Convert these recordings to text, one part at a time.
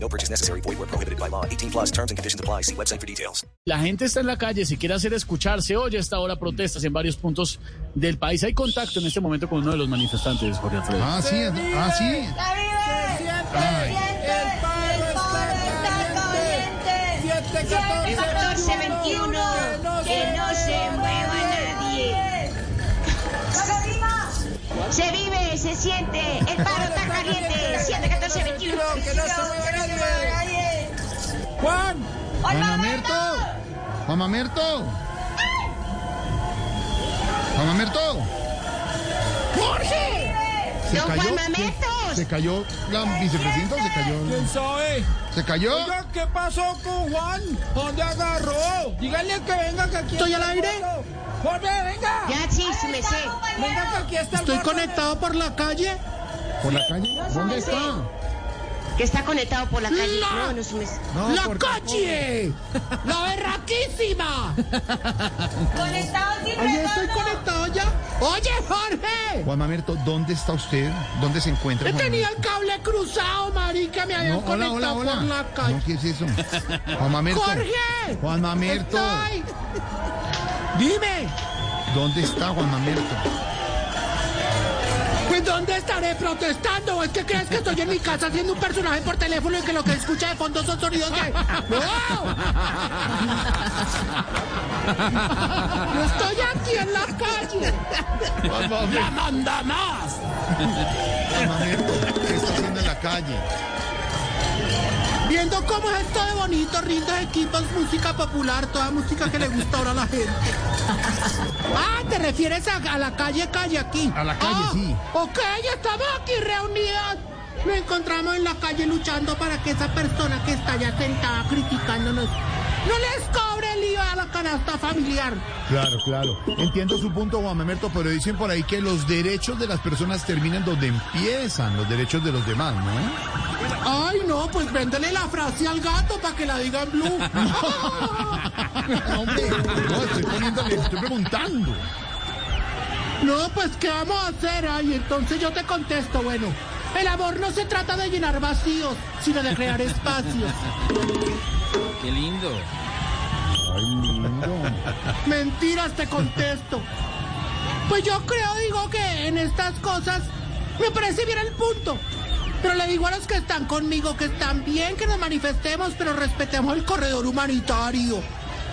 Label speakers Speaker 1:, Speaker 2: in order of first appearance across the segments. Speaker 1: No purchase necessary. Void where prohibited by law. 18 plus terms and conditions apply. See website for details.
Speaker 2: La gente está en la calle, se quiere hacer escuchar, se oye hasta ahora protestas en varios puntos del país. Hay contacto en este momento con uno de los manifestantes, Jorge Alfredo.
Speaker 3: Ah, sí, es- ah, sí. Ay.
Speaker 4: Que no se mueva nadie. Se vive, se siente, el paro está caliente, 7, 14, 21. Que no se mueva nadie. ¡Juan!
Speaker 3: Juan
Speaker 4: ¡Hola,
Speaker 3: Mamerto. Juan Mamerto. Juan Mamerto.
Speaker 4: ¡Jorge!
Speaker 3: Se
Speaker 4: ¡Don
Speaker 3: cayó.
Speaker 4: Juan
Speaker 3: se-
Speaker 4: Mamerto!
Speaker 3: Se cayó la vicepresidenta o se cayó.
Speaker 5: ¿Quién sabe?
Speaker 3: Se cayó.
Speaker 5: Oiga, ¿qué pasó con Juan? ¿Dónde agarró? Díganle que venga que aquí Estoy al aire. Jorge, venga.
Speaker 4: Ya chismese.
Speaker 5: Venga que aquí está el Estoy conectado por la calle.
Speaker 3: Por la calle. ¿Dónde está?
Speaker 4: Que está conectado por la calle.
Speaker 5: No.
Speaker 4: No, no sumes.
Speaker 3: No,
Speaker 5: ¡La
Speaker 3: por-
Speaker 5: calle! ¡La berraquísima!
Speaker 4: Conectado sin
Speaker 5: Ahí estoy conectado ya. Oye, Jorge.
Speaker 3: Juan Mamerto, ¿dónde está usted? ¿Dónde se encuentra?
Speaker 5: He
Speaker 3: Juan
Speaker 5: tenido
Speaker 3: Mamerto?
Speaker 5: el cable cruzado, marica. Me habían
Speaker 3: No, hola,
Speaker 5: conectado
Speaker 3: hola,
Speaker 5: por
Speaker 3: hola.
Speaker 5: la calle.
Speaker 3: No, ¿qué es eso? Juan Mamerto.
Speaker 5: ¡Jorge!
Speaker 3: Juan Mamerto.
Speaker 5: Estoy. Dime,
Speaker 3: ¿Dónde está Juan Mamerto?
Speaker 5: pues ¿dónde estaré protestando? ¿O ¿Es que crees que estoy en mi casa haciendo un personaje por teléfono y que lo que escucha de fondo son sonidos de... ¡No! Yo estoy aquí en la calle. ¡La manda más!
Speaker 3: Juan Mamerto, ¿qué está haciendo en la calle?
Speaker 5: Viendo cómo es esto de bonito, rindos equipos, música popular, toda música que le gusta ahora a la gente. Ah, ¿te refieres a, a la calle, calle aquí?
Speaker 3: A la calle,
Speaker 5: Ah,
Speaker 3: sí.
Speaker 5: Ok, ya estamos aquí reunidos. Nos encontramos en la calle luchando para que esa persona que está allá sentada criticándonos no les cobre el IVA a la canasta familiar.
Speaker 3: Claro, claro. Entiendo su punto, Juan Mamerto, pero dicen por ahí que los derechos de las personas terminan donde empiezan los derechos de los demás, ¿no?
Speaker 5: Ay, no, pues véndele la frase al gato para que la diga en blue.
Speaker 3: No, hombre, no, estoy poniéndole, estoy preguntando.
Speaker 5: No, pues ¿qué vamos a hacer? Ay, entonces yo te contesto, bueno. El amor no se trata de llenar vacíos, sino de crear espacios.
Speaker 6: Qué lindo.
Speaker 3: Ay, lindo.
Speaker 5: Mentiras, te contesto. Pues yo creo, digo que en estas cosas me parece bien el punto. Pero le digo a los que están conmigo que están bien que nos manifestemos, pero respetemos el corredor humanitario.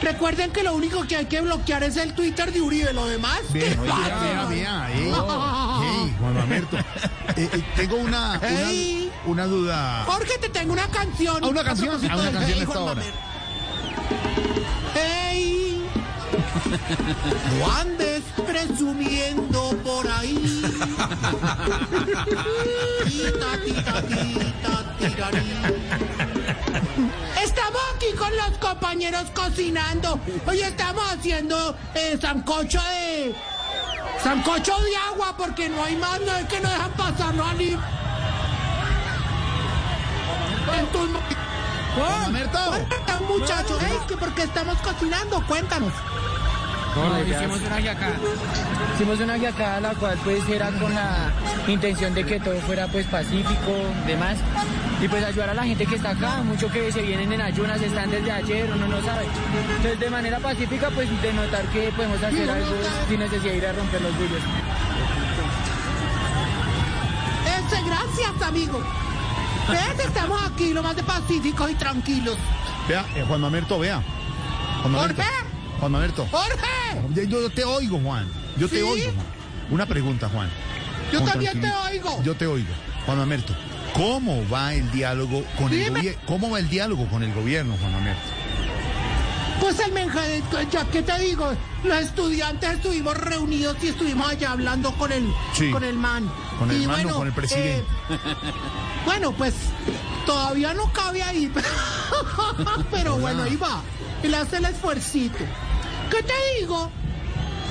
Speaker 5: Recuerden que lo único que hay que bloquear es el Twitter de Uribe, lo demás.
Speaker 3: Ve,
Speaker 5: ¿qué
Speaker 3: oye,
Speaker 5: pasa?
Speaker 3: vea, vea, ey, ey, Juan Mamerto. Eh, eh, tengo una, una,
Speaker 5: Ey.
Speaker 3: una duda.
Speaker 5: Jorge, te tengo una canción.
Speaker 3: ¿A Ah, una canción?
Speaker 5: propósito
Speaker 3: A una
Speaker 5: del
Speaker 3: canción a
Speaker 5: hijo
Speaker 3: esta
Speaker 5: del
Speaker 3: hora.
Speaker 5: mamer. ¡Ey! No andes presumiendo por ahí. Tita, tita, tita, tirarí. Estamos aquí con los compañeros cocinando. Hoy estamos haciendo eh, sancocho de... Sancocho de agua porque no hay más, no es que no dejan pasarlo a ni... Entonces,
Speaker 3: Juan Mamerto.
Speaker 5: Cuéntanos, muchachos, ¿eh? que porque estamos cocinando, cuéntanos.
Speaker 6: hicimos una guiacá. Hicimos una guiacá, la cual pues era con la intención de que todo fuera pues pacífico, demás. Y pues ayudar a la gente que está acá, mucho que se vienen en ayunas, están desde ayer, uno no sabe. Entonces de manera pacífica pues denotar que podemos hacer algo sin necesidad de ir a romper los vidrios.
Speaker 5: Este, gracias, amigo. Ves, estamos aquí lo más de pacíficos y tranquilos.
Speaker 3: Vea, eh, Juan Mamerto, vea. Juan Mamerto.
Speaker 5: Jorge.
Speaker 3: Juan Mamerto.
Speaker 5: ¡Jorge!
Speaker 3: Yo, yo te oigo, Juan. Yo
Speaker 5: ¿Sí?
Speaker 3: te oigo. Juan. Una pregunta, Juan.
Speaker 5: Yo
Speaker 3: Con
Speaker 5: también te
Speaker 3: tranquilidad.
Speaker 5: oigo.
Speaker 3: Yo te oigo. Juan Mamerto, ¿cómo va el diálogo con el
Speaker 5: Dime.
Speaker 3: gobierno? ¿Cómo va el diálogo con el gobierno, Juan Mamerto?
Speaker 5: Pues el mensaje, ya que te digo, los estudiantes estuvimos reunidos y estuvimos allá hablando con el,
Speaker 3: Sí.
Speaker 5: con el man.
Speaker 3: Con el
Speaker 5: Y
Speaker 3: man o con el presidente.
Speaker 5: eh, bueno, pues Todavía no cabe ahí. Pero bueno, ahí va. Él hace el esfuercito. ¿Qué te digo?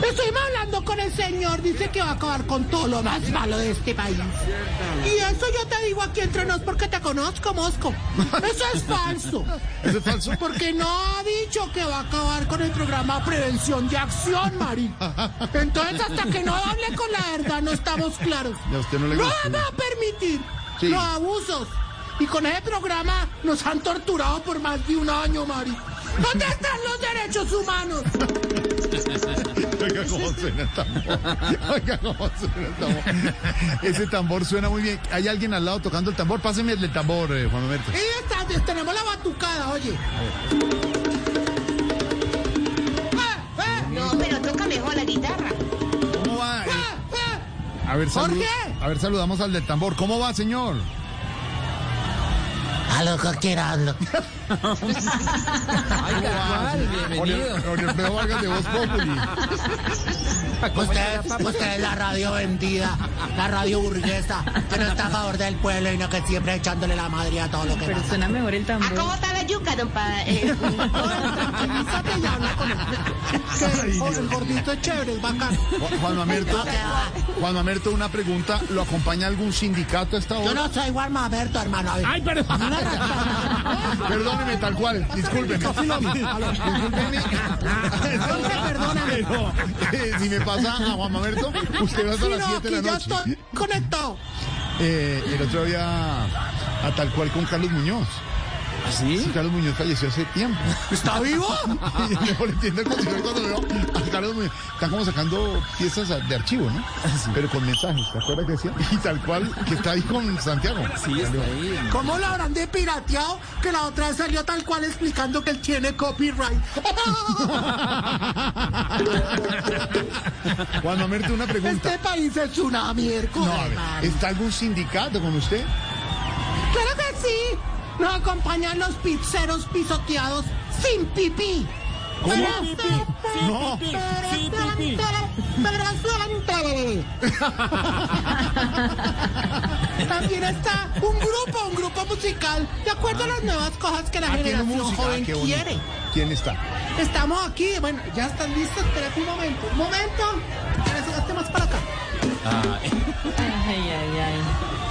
Speaker 5: Estuvimos hablando con el señor, dice que va a acabar con todo lo más malo de este país. Y eso yo te digo aquí entre nos porque te conozco, Mosco. Eso es falso.
Speaker 3: ¿Eso es falso?
Speaker 5: Porque no ha dicho que va a acabar con el programa Prevención de Acción, Mari. Entonces, hasta que no hable con la verdad, no estamos claros.
Speaker 3: Y a usted no le
Speaker 5: No
Speaker 3: gusta.
Speaker 5: vamos a permitir
Speaker 3: Sí.
Speaker 5: los abusos. Y con ese programa nos han torturado por más de un año, Mari. ¿Dónde están los derechos humanos?
Speaker 3: Oiga cómo suena el tambor. Oiga cómo suena el tambor. Ese tambor suena muy bien. Hay alguien al lado tocando el tambor. Páseme el tambor, eh, Juan Roberto.
Speaker 5: Y esta, tenemos la batucada, oye. Ah, ah,
Speaker 4: No, pero toca mejor la guitarra.
Speaker 3: ¿Cómo va? Eh,
Speaker 5: ah, ah.
Speaker 3: A ver, saluda-
Speaker 5: Jorge.
Speaker 3: a ver, saludamos al del tambor. ¿Cómo va, señor?
Speaker 5: A lo que quieran.
Speaker 6: Ay, tal cual, bienvenido.
Speaker 3: Jorge- Jorge Alfredo Vargas de Voz Populi.
Speaker 5: Usted, usted es la radio vendida, la radio burguesa, que no está a favor del pueblo y no que siempre echándole la madre a todo lo que
Speaker 6: Pero
Speaker 5: pasa.
Speaker 6: suena mejor el
Speaker 4: ¿A cómo
Speaker 6: tambor.
Speaker 4: está la yuca, don pa? eh,
Speaker 5: Tranquilízate y habla con él. Que, oh, el gordito es chévere, es bacán.
Speaker 3: Ju- Juan Mamerto, Juan Mamerto, una pregunta. ¿Lo acompaña algún sindicato a esta
Speaker 5: Yo
Speaker 3: hora?
Speaker 5: no soy Juan Mamerto, hermano. A ver.
Speaker 2: Ay, pero...
Speaker 5: No le respondas.
Speaker 3: Perdóneme tal cual, discúlpeme. Discúlpeme.
Speaker 5: Jorge, perdóname.
Speaker 3: Pero, eh, si me pasa a Juan Mamerto, usted va hasta
Speaker 5: Sí,
Speaker 3: las
Speaker 5: no,
Speaker 3: 7
Speaker 5: aquí
Speaker 3: de la
Speaker 5: yo
Speaker 3: noche.
Speaker 5: estoy conectado.
Speaker 3: Eh, el otro día a tal cual con Carlos Muñoz. Sí,
Speaker 5: ¿Ah,
Speaker 6: ¿Sí?
Speaker 3: Carlos Muñoz falleció hace tiempo.
Speaker 5: ¿Está vivo?
Speaker 3: Y mejor entiendo el concierto cuando veo a Carlos Muñoz. Están como sacando piezas de archivo, ¿no? Pero con mensajes, ¿te acuerdas que decía? Y tal cual, que está ahí con Santiago.
Speaker 6: Sí, está ahí.
Speaker 5: ¿Cómo lo habrán de pirateado? Que la otra vez salió tal cual explicando que él tiene copyright.
Speaker 3: Juan Mamerto, una pregunta.
Speaker 5: Este país es una
Speaker 3: No, a
Speaker 5: miércoles.
Speaker 3: ver,
Speaker 5: man.
Speaker 3: ¿está algún sindicato con usted?
Speaker 5: ¡Claro que sí! Nos acompañan los pizzeros pisoteados sin pipí.
Speaker 3: ¿Cómo? No.
Speaker 5: También está un grupo, un grupo musical, de acuerdo a las nuevas cosas que la
Speaker 3: Ah, tiene
Speaker 5: generación
Speaker 3: música. Ah,
Speaker 5: joven
Speaker 3: qué bonito.
Speaker 5: quiere.
Speaker 3: ¿Quién está?
Speaker 5: Estamos aquí, bueno, ya están listos, espérate un momento, un momento. Parece que este más para acá.
Speaker 6: Ay, ay, ay.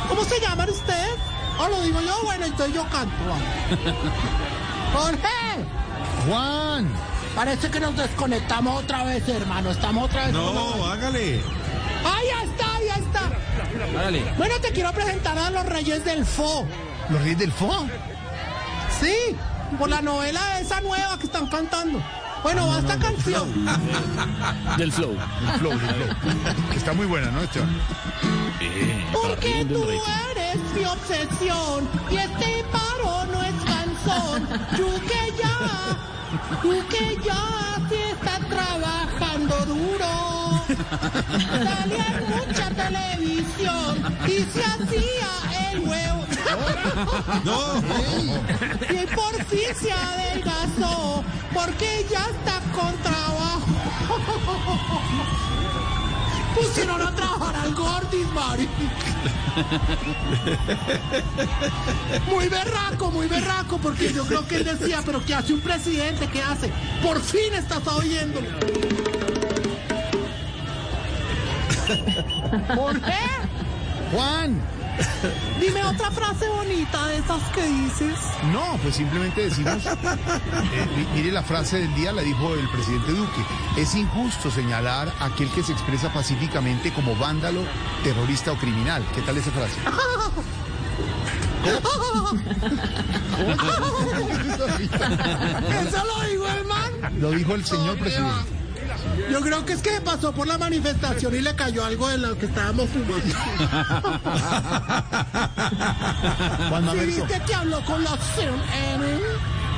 Speaker 5: ¿Cómo se llaman ustedes? ¿O lo digo yo? Bueno, entonces yo canto. vamos. Jorge,
Speaker 3: Juan.
Speaker 5: parece que nos desconectamos otra vez, hermano. Estamos otra vez.
Speaker 3: Oh,
Speaker 7: No, hágale.
Speaker 5: ¡Ahí está, ahí está!
Speaker 6: Árale.
Speaker 5: Bueno, te quiero presentar a los Reyes del Fo.
Speaker 3: ¿Los Reyes del Fo?
Speaker 5: Sí, por la novela esa nueva que están cantando. Bueno, va esta canción.
Speaker 2: Del flow.
Speaker 3: El flow, el flow. Que está muy buena, ¿no, Esteban?
Speaker 5: Porque tú eres mi obsesión y este paro no es canción. Tú que ya, tú que ya te estás trabajando duro. Salía en mucha televisión y se hacía el huevo. Y por fin se adelgazó porque ya está con trabajo. Pusieron a trabajar al Gordis, Mari. Muy berraco, muy berraco, porque yo creo que él decía, pero ¿qué hace un presidente? ¿Qué hace? Por fin estás oyéndolo. Jorge,
Speaker 3: Juan.
Speaker 5: dime otra frase bonita de esas que dices.
Speaker 3: No, pues simplemente decimos, eh, mi- mire la frase del día, la dijo el presidente Duque, es injusto señalar a aquel que se expresa pacíficamente como vándalo, terrorista o criminal. ¿Qué tal esa frase?
Speaker 5: Eso lo dijo el man.
Speaker 3: Lo dijo el señor presidente.
Speaker 5: Yo creo que es que pasó por la manifestación y le cayó algo de lo que estábamos fumando.
Speaker 3: Juan
Speaker 5: ¿Sí
Speaker 3: Mamerto,
Speaker 5: viste que habló con los CNN?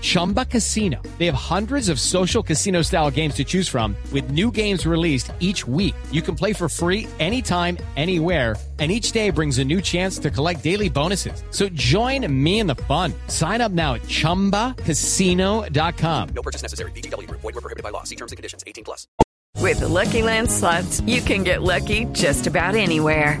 Speaker 7: Chumba Casino. They have hundreds of social casino style games to choose from, with new games released each week. You can play for free anytime, anywhere. And each day brings a new chance to collect daily bonuses. So join me in the fun. Sign up now at chumbacasino.com.
Speaker 8: With the Lucky Land slots, you can get lucky just about anywhere.